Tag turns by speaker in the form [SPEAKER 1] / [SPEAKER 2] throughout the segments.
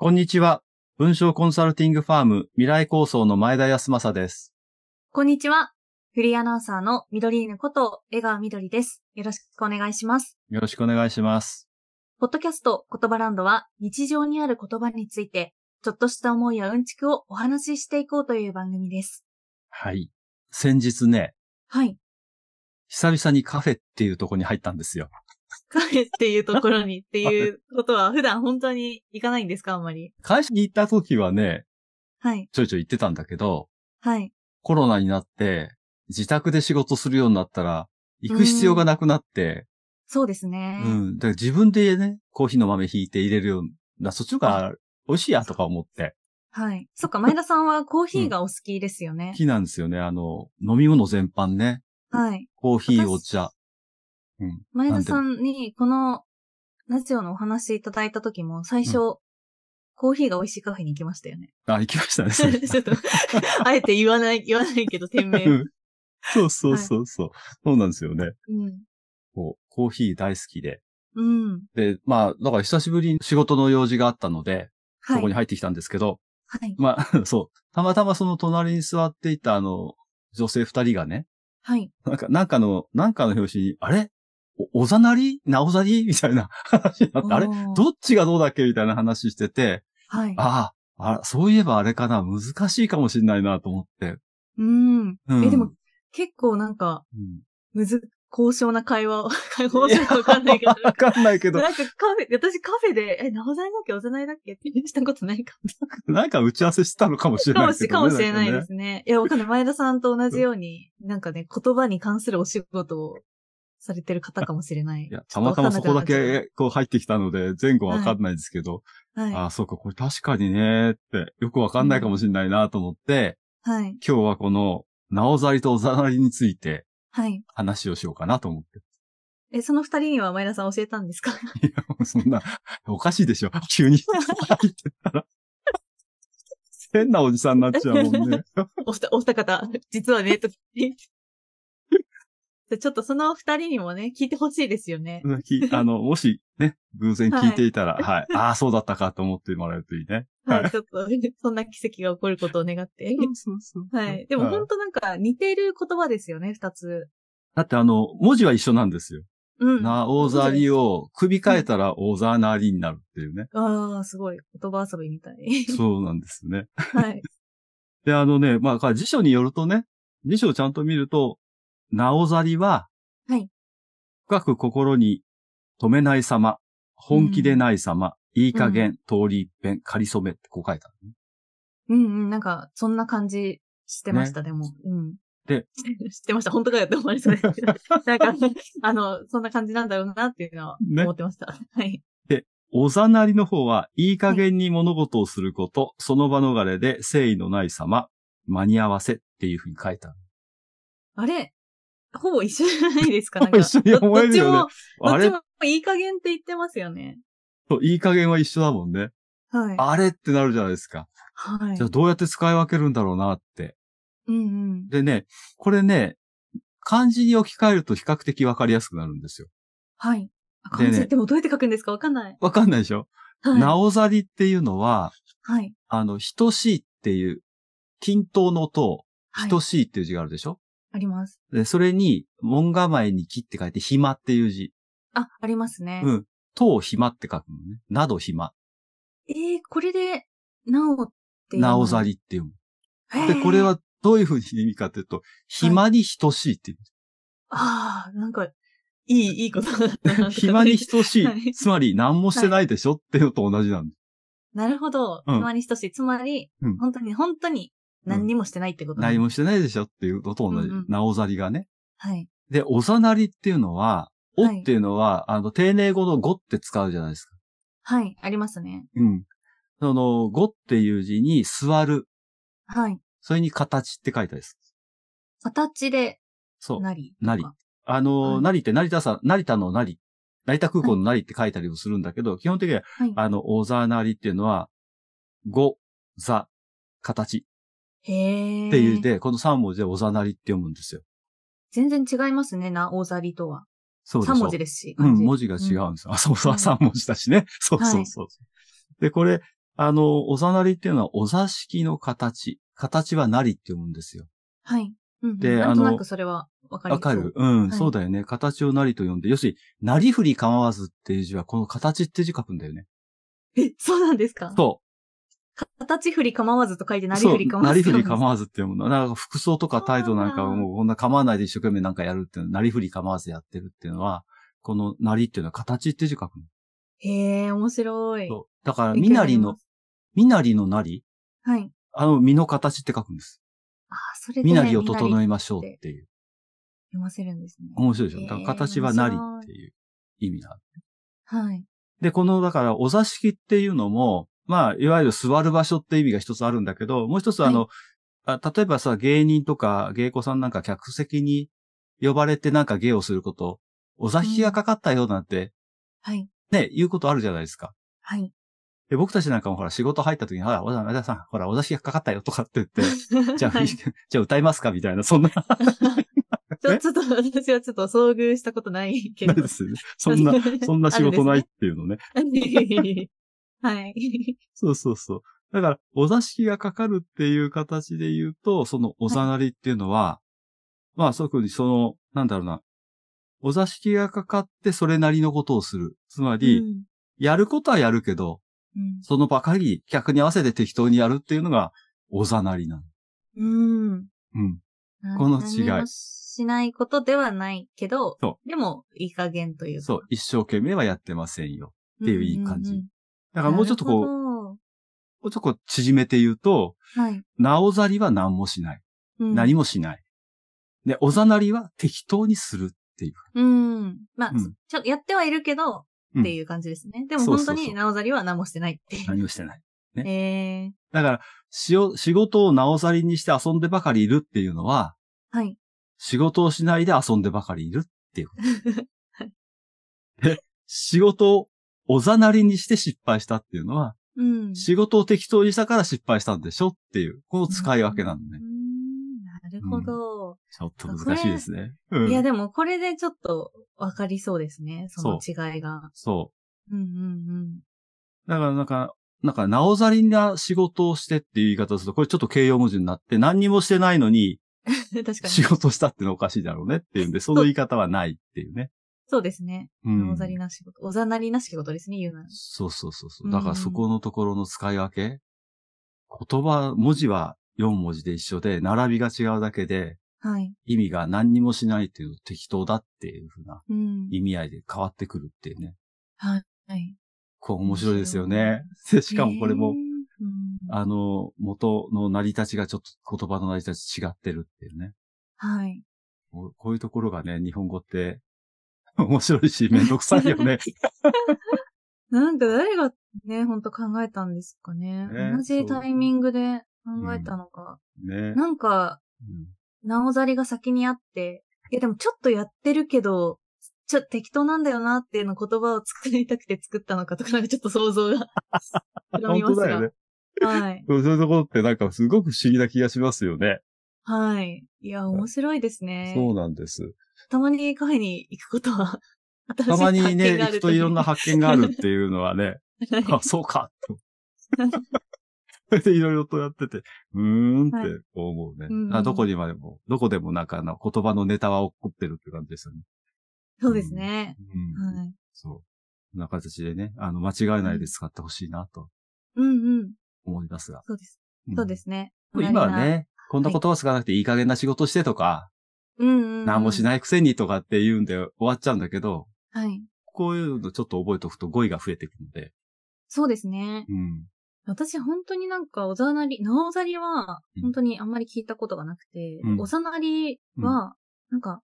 [SPEAKER 1] こんにちは。文章コンサルティングファーム未来構想の前田康政です。
[SPEAKER 2] こんにちは。フリーアナウンサーのミドリーヌこと江川みどりです。よろしくお願いします。
[SPEAKER 1] よろしくお願いします。
[SPEAKER 2] ポッドキャスト言葉ランドは日常にある言葉について、ちょっとした思いやうんちくをお話ししていこうという番組です。
[SPEAKER 1] はい。先日ね、
[SPEAKER 2] はい。
[SPEAKER 1] 久々にカフェっていうところに入ったんですよ。
[SPEAKER 2] カフェっていうところにっていうことは普段本当に行かないんですかあんまり。
[SPEAKER 1] 会社に行った時はね、
[SPEAKER 2] はい。
[SPEAKER 1] ちょいちょい行ってたんだけど、
[SPEAKER 2] はい。
[SPEAKER 1] コロナになって、自宅で仕事するようになったら、行く必要がなくなって、
[SPEAKER 2] そうです
[SPEAKER 1] う
[SPEAKER 2] ね。
[SPEAKER 1] ん。だから自分でね、コーヒーの豆引いて入れるような、そっちの方が美味しいやとか思って、
[SPEAKER 2] はい。そっか、前田さんはコーヒーがお好きですよね
[SPEAKER 1] 好。きなんですよね。あの、飲み物全般ね。
[SPEAKER 2] はい。
[SPEAKER 1] コーヒー、
[SPEAKER 2] 私
[SPEAKER 1] お茶。うん。
[SPEAKER 2] 前田さんにこのラジオのお話いただいた時も最初、コーヒーが美味しいカフェに行きましたよね。
[SPEAKER 1] あ、行きましたね。
[SPEAKER 2] ち
[SPEAKER 1] それ
[SPEAKER 2] ょっと、あえて言わない、言わないけど、店名。
[SPEAKER 1] うん そうそうそうそう、そうなんですよね。
[SPEAKER 2] うん。
[SPEAKER 1] こうコーヒー大好きで。
[SPEAKER 2] うん。
[SPEAKER 1] で、まあ、だから久しぶりに仕事の用事があったので、
[SPEAKER 2] は
[SPEAKER 1] そこに
[SPEAKER 2] い。
[SPEAKER 1] 入ってきたんですけど、
[SPEAKER 2] はい。
[SPEAKER 1] まあ、 そう。たまたまその隣に座っていたあの、女性二人がね、
[SPEAKER 2] はい。
[SPEAKER 1] なんか、なんかの、なんかの表紙に、あれお、おざなりなおざりみたいな話になって、あれ
[SPEAKER 2] おー
[SPEAKER 1] どっちがどうだっけみたいな話してて、
[SPEAKER 2] はい。
[SPEAKER 1] ああ、あそういえばあれかな難しいかもしれないなと思って。
[SPEAKER 2] うん。
[SPEAKER 1] うん
[SPEAKER 2] え、でも、結構なんか、
[SPEAKER 1] うん
[SPEAKER 2] むず、高尚な会話を、 交渉かわかんないけど。
[SPEAKER 1] わかん ないけど、
[SPEAKER 2] なんかカフェ、私カフェで、え、なおざいだっけおざないだっけってしたことないかも。
[SPEAKER 1] なんか打ち合わせしたのかもしれ
[SPEAKER 2] か
[SPEAKER 1] ない
[SPEAKER 2] も
[SPEAKER 1] けど、ね。
[SPEAKER 2] しかもしれない
[SPEAKER 1] ん
[SPEAKER 2] で
[SPEAKER 1] かね。
[SPEAKER 2] すね。いや、わかんない。前田さんと同じように、なんかね、言葉に関するお仕事をされてる方かもしれない。
[SPEAKER 1] いや、
[SPEAKER 2] ち
[SPEAKER 1] た
[SPEAKER 2] ょっと
[SPEAKER 1] また
[SPEAKER 2] わかん
[SPEAKER 1] ま
[SPEAKER 2] な
[SPEAKER 1] そ
[SPEAKER 2] く
[SPEAKER 1] こ
[SPEAKER 2] な
[SPEAKER 1] だ
[SPEAKER 2] っちゃった
[SPEAKER 1] けこう入ってきたので、前後わかんないんですけど、
[SPEAKER 2] はい。
[SPEAKER 1] ああ、そうか、これ確かにね、って、よくわかんないかもしれないなと思って、
[SPEAKER 2] はい。
[SPEAKER 1] 今日はこの、なおざりとおざなりについて
[SPEAKER 2] はい。
[SPEAKER 1] 話をしようかなと思って。
[SPEAKER 2] え、その二人には前田さん教えたんですか
[SPEAKER 1] いや、そんな、おかしいでしょ。 急に入ってたら。 変なおじさんになっちゃうもんね。
[SPEAKER 2] おふた、お二方、実はね、とか言ってでちょっとその二人にもね、聞いてほしいですよね。
[SPEAKER 1] きあの、もし、ね、偶然聞いていたら、はい、ああ、そうだったかと思ってもらえるといい ね。
[SPEAKER 2] は、
[SPEAKER 1] はい
[SPEAKER 2] ちょっと、そんな奇跡が起こることを願って。
[SPEAKER 1] そうそう
[SPEAKER 2] はい。でも
[SPEAKER 1] はい
[SPEAKER 2] 本当なんか似てる言葉ですよね、二つ。
[SPEAKER 1] だってあの、文字は一緒なんですよ。
[SPEAKER 2] うん。あ
[SPEAKER 1] なおざりを、首変えたらおざなりになるっていうね。
[SPEAKER 2] あー、すごい。言葉遊びみたい。
[SPEAKER 1] そうなんですね。
[SPEAKER 2] はい。
[SPEAKER 1] で、あのね、まあ、辞書によるとね、辞書をちゃんと見ると、なおざりは、
[SPEAKER 2] はい
[SPEAKER 1] 深く心に止めない様、本気でない様、いい加減、通り一遍、仮初めってこう書いてある。
[SPEAKER 2] うんうん、なんか、そんな感じしてました、でも。うん。
[SPEAKER 1] で、
[SPEAKER 2] 知ってま した。本当かよって思われ そうですけど。 なんか、あの、そんな感じなんだろうなっていうのは
[SPEAKER 1] ね
[SPEAKER 2] 思ってました。はい。
[SPEAKER 1] おざなりの方は、いい加減に物事をすること、その場逃れで誠意のない様、間に合わせっていうふうに書いてある。
[SPEAKER 2] あれほぼ一緒じゃないですかなんか。
[SPEAKER 1] 一緒に思えるよね
[SPEAKER 2] ど
[SPEAKER 1] あ
[SPEAKER 2] っち
[SPEAKER 1] れ
[SPEAKER 2] も、どっちもいい加減って言ってますよね。
[SPEAKER 1] と、いい加減は一緒だもんね。
[SPEAKER 2] はい。
[SPEAKER 1] あれってなるじゃないですか。
[SPEAKER 2] はい
[SPEAKER 1] じゃあ。どうやって使い分けるんだろうなって。
[SPEAKER 2] うんうん。
[SPEAKER 1] でね、これね、漢字に置き換えると比較的わかりやすくなるんですよ。
[SPEAKER 2] はい。あ
[SPEAKER 1] でね
[SPEAKER 2] 漢字ってもうどうやって書くんですかわかんない。
[SPEAKER 1] わかんないでしょ、
[SPEAKER 2] はい。
[SPEAKER 1] なおざりっていうのは、
[SPEAKER 2] はい。
[SPEAKER 1] あの、等しいっていう、均等の等、
[SPEAKER 2] はい。
[SPEAKER 1] 等しいっていう字があるでしょ、
[SPEAKER 2] あります。
[SPEAKER 1] でそれに、門構えに木って書いて、暇っていう字。
[SPEAKER 2] あ、ありますね。
[SPEAKER 1] うん。等暇って書くのね。など暇。
[SPEAKER 2] えー、これで、なおっていうのは。
[SPEAKER 1] なおざりっていう
[SPEAKER 2] へー。
[SPEAKER 1] で、これはどういうふうに意味かというと、暇に等しいっていう。
[SPEAKER 2] ああ、なんか、いい、いいことだ な
[SPEAKER 1] 暇に等し。
[SPEAKER 2] はいい
[SPEAKER 1] つまり何もしてないでしょっていうのと同じなんです。
[SPEAKER 2] なるほど。
[SPEAKER 1] うん
[SPEAKER 2] 暇に等しい。つまり、
[SPEAKER 1] うん
[SPEAKER 2] 本当に、本当に、何にもしてないってこと、
[SPEAKER 1] 何。もしてないでしょっていうのと同じ
[SPEAKER 2] うんうん。
[SPEAKER 1] なおざりがね。
[SPEAKER 2] はい。
[SPEAKER 1] で、おざなりっていうのは、お
[SPEAKER 2] はい
[SPEAKER 1] っていうのは、あの、丁寧語の語って使うじゃないですか。
[SPEAKER 2] はい。ありますね。
[SPEAKER 1] うん。その、語っていう字に座る。
[SPEAKER 2] はい。
[SPEAKER 1] それに形って書いてあるんです。
[SPEAKER 2] 形で、
[SPEAKER 1] そう。
[SPEAKER 2] なり。
[SPEAKER 1] なりあの、
[SPEAKER 2] はい
[SPEAKER 1] 成って成田さん、成田の成、成田空港の成って書いたりもするんだけど、基本的には、
[SPEAKER 2] はい。
[SPEAKER 1] あの、おざなりっていうのは、語、ざ、形
[SPEAKER 2] へえ。
[SPEAKER 1] っていう。で、この3文字でおざなりって読むんですよ。
[SPEAKER 2] 全然違いますね、な、大ざりとは。
[SPEAKER 1] そうでしょ
[SPEAKER 2] 3文字ですし。
[SPEAKER 1] うん、文
[SPEAKER 2] 字。
[SPEAKER 1] 字が違うんですよ。あ、そうそうう、
[SPEAKER 2] ん
[SPEAKER 1] 3文字だしね。そう
[SPEAKER 2] はい
[SPEAKER 1] そうそう。で、これ、あの、おざなりっていうのはお座敷の形。形はなりって読むんですよ。
[SPEAKER 2] はい。うん。
[SPEAKER 1] で
[SPEAKER 2] なんと
[SPEAKER 1] あ
[SPEAKER 2] な
[SPEAKER 1] の
[SPEAKER 2] くそれはわかり
[SPEAKER 1] わかるうん、
[SPEAKER 2] はい
[SPEAKER 1] そうだよね。形をなりと呼んで、要するに、なりふり構わずっていう字は、この形って字書くんだよね。
[SPEAKER 2] え、そうなんですか
[SPEAKER 1] そ
[SPEAKER 2] 形振り構わずと書いて、
[SPEAKER 1] う。
[SPEAKER 2] なり振り構わず。
[SPEAKER 1] そうなりふり構
[SPEAKER 2] わ
[SPEAKER 1] わずって読むの。なんか服装とか態度なんか
[SPEAKER 2] そう
[SPEAKER 1] は
[SPEAKER 2] なんだ
[SPEAKER 1] もうこんな構わないで一生懸命なんかやるっていうのなりふり構わずやってるっていうのは、このなりっていうのは形って字書くの。
[SPEAKER 2] ず。へえ、面白い。
[SPEAKER 1] そう。だから、
[SPEAKER 2] 勉強
[SPEAKER 1] み
[SPEAKER 2] に
[SPEAKER 1] な
[SPEAKER 2] な
[SPEAKER 1] り
[SPEAKER 2] り
[SPEAKER 1] の
[SPEAKER 2] ま、
[SPEAKER 1] みなりのなり
[SPEAKER 2] す。はい。
[SPEAKER 1] あの、身の形って書くんです。
[SPEAKER 2] ああ、それで。
[SPEAKER 1] みなりを整
[SPEAKER 2] え。
[SPEAKER 1] えましょうっていう。
[SPEAKER 2] 読ませるんですね。
[SPEAKER 1] 面白いでしょ。だから形はなり
[SPEAKER 2] えー面白い
[SPEAKER 1] っていう意味なの
[SPEAKER 2] はい。
[SPEAKER 1] で、この、だから、お座敷っていうのも、まあ、いわゆる座る場所って意味が一つあるんだけど、もう一つあの、あ例えばさ、芸人とか芸妓さんなんか客席に呼ばれてなんか芸をすること、お座敷がかかったよなんて、
[SPEAKER 2] はい。
[SPEAKER 1] ね、言うことあるじゃないですか。
[SPEAKER 2] はい。
[SPEAKER 1] で、僕たちなんかもほら、仕事入った時に、ほら、おざ、おざさん、ほら、お座敷がかかったよとかって言 って、じゃあ、
[SPEAKER 2] はい
[SPEAKER 1] じゃあ歌いますかみたいな、そんな、
[SPEAKER 2] ちょちょっと、私はちょっと遭遇したことないけ
[SPEAKER 1] な
[SPEAKER 2] ど
[SPEAKER 1] い。ですよね。そ んな、そんな仕事ないっ
[SPEAKER 2] い。
[SPEAKER 1] ていうのね。
[SPEAKER 2] あるんですねはい。
[SPEAKER 1] そうそうそう。だから、お座敷がかかるっていう形で言うと、そのおざなりっていうのは、まあ、特にその、なんだろうな。お座敷がかかってそれなりのことをする。つまり、
[SPEAKER 2] うん
[SPEAKER 1] やることはやるけど、
[SPEAKER 2] うん
[SPEAKER 1] そのばかり客に合わせて適当にやるっていうのが、おざなりなの。
[SPEAKER 2] うん。
[SPEAKER 1] うん。
[SPEAKER 2] な
[SPEAKER 1] この違い
[SPEAKER 2] 何もしないことではないけど
[SPEAKER 1] そ、
[SPEAKER 2] でも、いい加減というか。
[SPEAKER 1] そう、一生懸命はやってませんよ。
[SPEAKER 2] う
[SPEAKER 1] っていういい感じ
[SPEAKER 2] んうんうん
[SPEAKER 1] だからもうちょっとこう、
[SPEAKER 2] な
[SPEAKER 1] も
[SPEAKER 2] る
[SPEAKER 1] うちょ
[SPEAKER 2] ほ
[SPEAKER 1] っとこう縮めて言うと、
[SPEAKER 2] どはい。
[SPEAKER 1] なおざりは何もしない。
[SPEAKER 2] うん
[SPEAKER 1] 何もしない。で、おざなりは適当にするっていう。
[SPEAKER 2] うん。まあ、
[SPEAKER 1] うん
[SPEAKER 2] ちょ、やってはいるけど、
[SPEAKER 1] うん
[SPEAKER 2] っていう感じですね。でも
[SPEAKER 1] そう
[SPEAKER 2] 本
[SPEAKER 1] そ
[SPEAKER 2] 当
[SPEAKER 1] うそう
[SPEAKER 2] に、なおざりは何もしてないっていう。
[SPEAKER 1] 何もしてない。ね
[SPEAKER 2] ええ
[SPEAKER 1] だから、しよ仕事をなおざりにして遊んでばかりいるっていうのは、
[SPEAKER 2] はい。
[SPEAKER 1] 仕事をしないで遊んでばかりいるっていうこと
[SPEAKER 2] はい。
[SPEAKER 1] で仕事をおざなりにして失敗したっていうのは、
[SPEAKER 2] うん。
[SPEAKER 1] 仕事を適当にしたから失敗したんでしょっていう、この使い分けなの
[SPEAKER 2] う
[SPEAKER 1] ね。
[SPEAKER 2] ん。なるほど。
[SPEAKER 1] ちょっと難しいですね。うん
[SPEAKER 2] いや、でもこれでちょっとわかりそうですね。その
[SPEAKER 1] そ
[SPEAKER 2] 違いが。
[SPEAKER 1] そ
[SPEAKER 2] うんうん
[SPEAKER 1] う。だからなんか、なんか、なおざりな仕事をしてっていう言い方をすると、これちょっと形容文字になって、何にもしてないのに、
[SPEAKER 2] うん。 確かに。
[SPEAKER 1] 仕事したってのはおかしいだろうねってい うんで、その言い方はないっていうね。
[SPEAKER 2] そうですね。
[SPEAKER 1] うん
[SPEAKER 2] おざりな仕事。おざなりな仕事ですね、言うなら。
[SPEAKER 1] そうそうそうそうう。
[SPEAKER 2] ん
[SPEAKER 1] だからそこのところの使い分け、言葉、文字は4文字で一緒で、並びが違うだけで、
[SPEAKER 2] はい。
[SPEAKER 1] 意味が何にもしないっていう適当だっていうふうな
[SPEAKER 2] うん。
[SPEAKER 1] 意味合いで変わってくるっていうね。
[SPEAKER 2] はい。
[SPEAKER 1] こう面白いですよね。で しかもこれも
[SPEAKER 2] ね、え。うん
[SPEAKER 1] あの、元の成り立ちがちょっと言葉の成り立ち違ってるっていうね。
[SPEAKER 2] はい。
[SPEAKER 1] こうこういうところがね、日本語って面白いし、めんどくさいよ ね。
[SPEAKER 2] なんか誰がね、ほんと考えたんですかね。
[SPEAKER 1] ね
[SPEAKER 2] 同じタイミングで考えたのか。
[SPEAKER 1] ね。
[SPEAKER 2] なんか、
[SPEAKER 1] うん
[SPEAKER 2] なおざりが先にあって、いやでもちょっとやってるけど、ちょっと適当なんだよなっていうの言葉を作りたくて作ったのかとか、なんかちょっと想像が膨ら み
[SPEAKER 1] 本当
[SPEAKER 2] ます
[SPEAKER 1] だよ
[SPEAKER 2] が
[SPEAKER 1] ね。。
[SPEAKER 2] はい。
[SPEAKER 1] そうそういうところってなんかすごく不思議な気がしますよね。
[SPEAKER 2] はい。いや、面白いですね。
[SPEAKER 1] そうなん です。
[SPEAKER 2] たまにカフェに行くことは、新しい
[SPEAKER 1] たまにね、
[SPEAKER 2] 発見が
[SPEAKER 1] 行
[SPEAKER 2] ある
[SPEAKER 1] く
[SPEAKER 2] と
[SPEAKER 1] と
[SPEAKER 2] いう
[SPEAKER 1] いろんな発見があるっていうのはね、
[SPEAKER 2] はい
[SPEAKER 1] あ、そうか と。それでいろいろとやってて、うーんっ
[SPEAKER 2] はい
[SPEAKER 1] て思うね。
[SPEAKER 2] うん
[SPEAKER 1] あどこにまでも、どこでもなんかあの言葉のネタは起こってるって感じですよね。
[SPEAKER 2] そうですね。
[SPEAKER 1] うん。
[SPEAKER 2] はい。
[SPEAKER 1] そう。こんな形でね、あの、間違えないで使ってほしいなと
[SPEAKER 2] うんうん。
[SPEAKER 1] 思いますが。。
[SPEAKER 2] そうです。そうですすね。
[SPEAKER 1] 今は
[SPEAKER 2] なりな、
[SPEAKER 1] ね、こんな言葉使わなくていい加減な仕事してとか、
[SPEAKER 2] うんうん、うん。
[SPEAKER 1] 何もし
[SPEAKER 2] い。
[SPEAKER 1] ないくせにとかって言うんで終わっちゃうんだけど、
[SPEAKER 2] はい。
[SPEAKER 1] こういうのちょっと覚えておくと語彙が増えてくるので。
[SPEAKER 2] そうですね。
[SPEAKER 1] うん。
[SPEAKER 2] 私本当になんか、おざなり、なおざりは
[SPEAKER 1] うん、
[SPEAKER 2] 本当にあんまり聞いたことがなくて、
[SPEAKER 1] うん
[SPEAKER 2] おざなりは、なんか、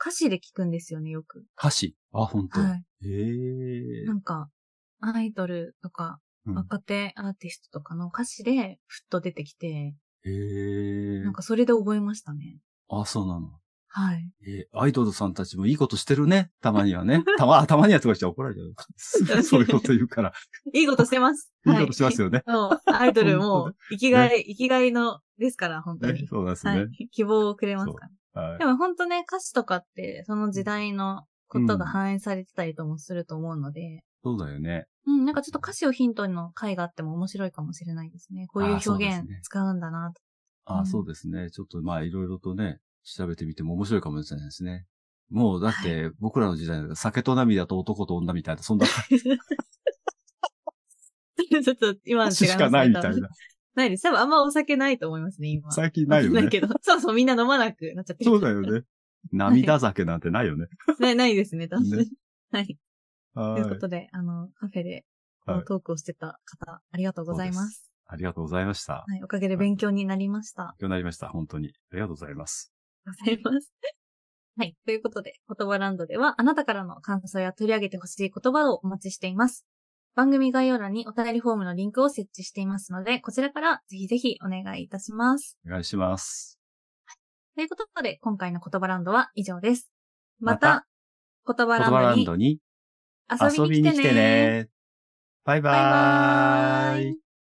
[SPEAKER 2] 歌詞で聞くんですよね、よく。
[SPEAKER 1] 歌詞。あ、本当。
[SPEAKER 2] はい。
[SPEAKER 1] ええ
[SPEAKER 2] なんか、アイドルとか、
[SPEAKER 1] うん
[SPEAKER 2] 若手アーティストとかの歌詞で、ふっと出てきて、
[SPEAKER 1] ええ
[SPEAKER 2] なんかそれで覚えましたね。
[SPEAKER 1] あ、そうなの。
[SPEAKER 2] はい。
[SPEAKER 1] えーアイドルさんたちもいいことしてるね。たまにはね。 たま、たまにはとか言っちゃ怒られちゃ う。そういうこと言うから。
[SPEAKER 2] いいことしてます。
[SPEAKER 1] いいことしますよね。
[SPEAKER 2] はい。もうアイド
[SPEAKER 1] 本
[SPEAKER 2] ル
[SPEAKER 1] 当
[SPEAKER 2] も、生きがい、生きがいの、ですから、本当
[SPEAKER 1] ね
[SPEAKER 2] に。
[SPEAKER 1] そうです
[SPEAKER 2] は
[SPEAKER 1] ね。
[SPEAKER 2] い。希望をくれますから。
[SPEAKER 1] はい
[SPEAKER 2] でも本当ね、歌詞とかって、その時代のことが反映されてたりともすると思うので、
[SPEAKER 1] そうだよね。
[SPEAKER 2] うん、なんかちょっと歌詞をヒントの回があっても面白いかもしれないですね。こういう
[SPEAKER 1] あーそう
[SPEAKER 2] 表
[SPEAKER 1] ですね
[SPEAKER 2] 現使うんだなと。
[SPEAKER 1] あ
[SPEAKER 2] うん
[SPEAKER 1] あ、そうですね。ちょっとまあいろいろとね、調べてみても面白いかもしれないですね。もうだって僕らの時代、酒と涙と男と女みたいな、そんな
[SPEAKER 2] ちょっと 今の違います
[SPEAKER 1] 話しかないみたい
[SPEAKER 2] 多分
[SPEAKER 1] な。
[SPEAKER 2] ないです。多分あんまお酒ないと思いますね、今。
[SPEAKER 1] 最近ないよ
[SPEAKER 2] わか
[SPEAKER 1] ね
[SPEAKER 2] んない。けど。そうそう、みんな飲まなくなっちゃってる
[SPEAKER 1] そうだよね。涙酒なんてないよね。
[SPEAKER 2] ない、ないですね、多分。
[SPEAKER 1] ね
[SPEAKER 2] はい。と
[SPEAKER 1] は
[SPEAKER 2] いうこ
[SPEAKER 1] い。
[SPEAKER 2] とで、あの、カフェで、この
[SPEAKER 1] はい
[SPEAKER 2] トークをしてた方、ありがとうござい
[SPEAKER 1] そう
[SPEAKER 2] ま。
[SPEAKER 1] ですありがとうございました。
[SPEAKER 2] はい、おかげで勉強になりました。
[SPEAKER 1] 今日なりました。本当に。ありがとうございます。
[SPEAKER 2] ありがとうございます。 はい。ということで、言葉ランドでは、あなたからの感想や取り上げてほしい言葉をお待ちしています。番組概要欄にお便りフォームのリンクを設置していますので、こちらからぜひぜひお願いいたします。
[SPEAKER 1] お願いします。
[SPEAKER 2] ということで、今回の言葉ランドは以上です。ま
[SPEAKER 1] ま
[SPEAKER 2] た
[SPEAKER 1] た、
[SPEAKER 2] 言葉
[SPEAKER 1] 言
[SPEAKER 2] ラ
[SPEAKER 1] 葉ラン
[SPEAKER 2] ンド
[SPEAKER 1] ド
[SPEAKER 2] に
[SPEAKER 1] に
[SPEAKER 2] 遊
[SPEAKER 1] 遊
[SPEAKER 2] び
[SPEAKER 1] び
[SPEAKER 2] に
[SPEAKER 1] に
[SPEAKER 2] 来
[SPEAKER 1] 来
[SPEAKER 2] て
[SPEAKER 1] て
[SPEAKER 2] ね。
[SPEAKER 1] ね。バイ
[SPEAKER 2] バイ
[SPEAKER 1] バ
[SPEAKER 2] バ
[SPEAKER 1] ーイ
[SPEAKER 2] イ。。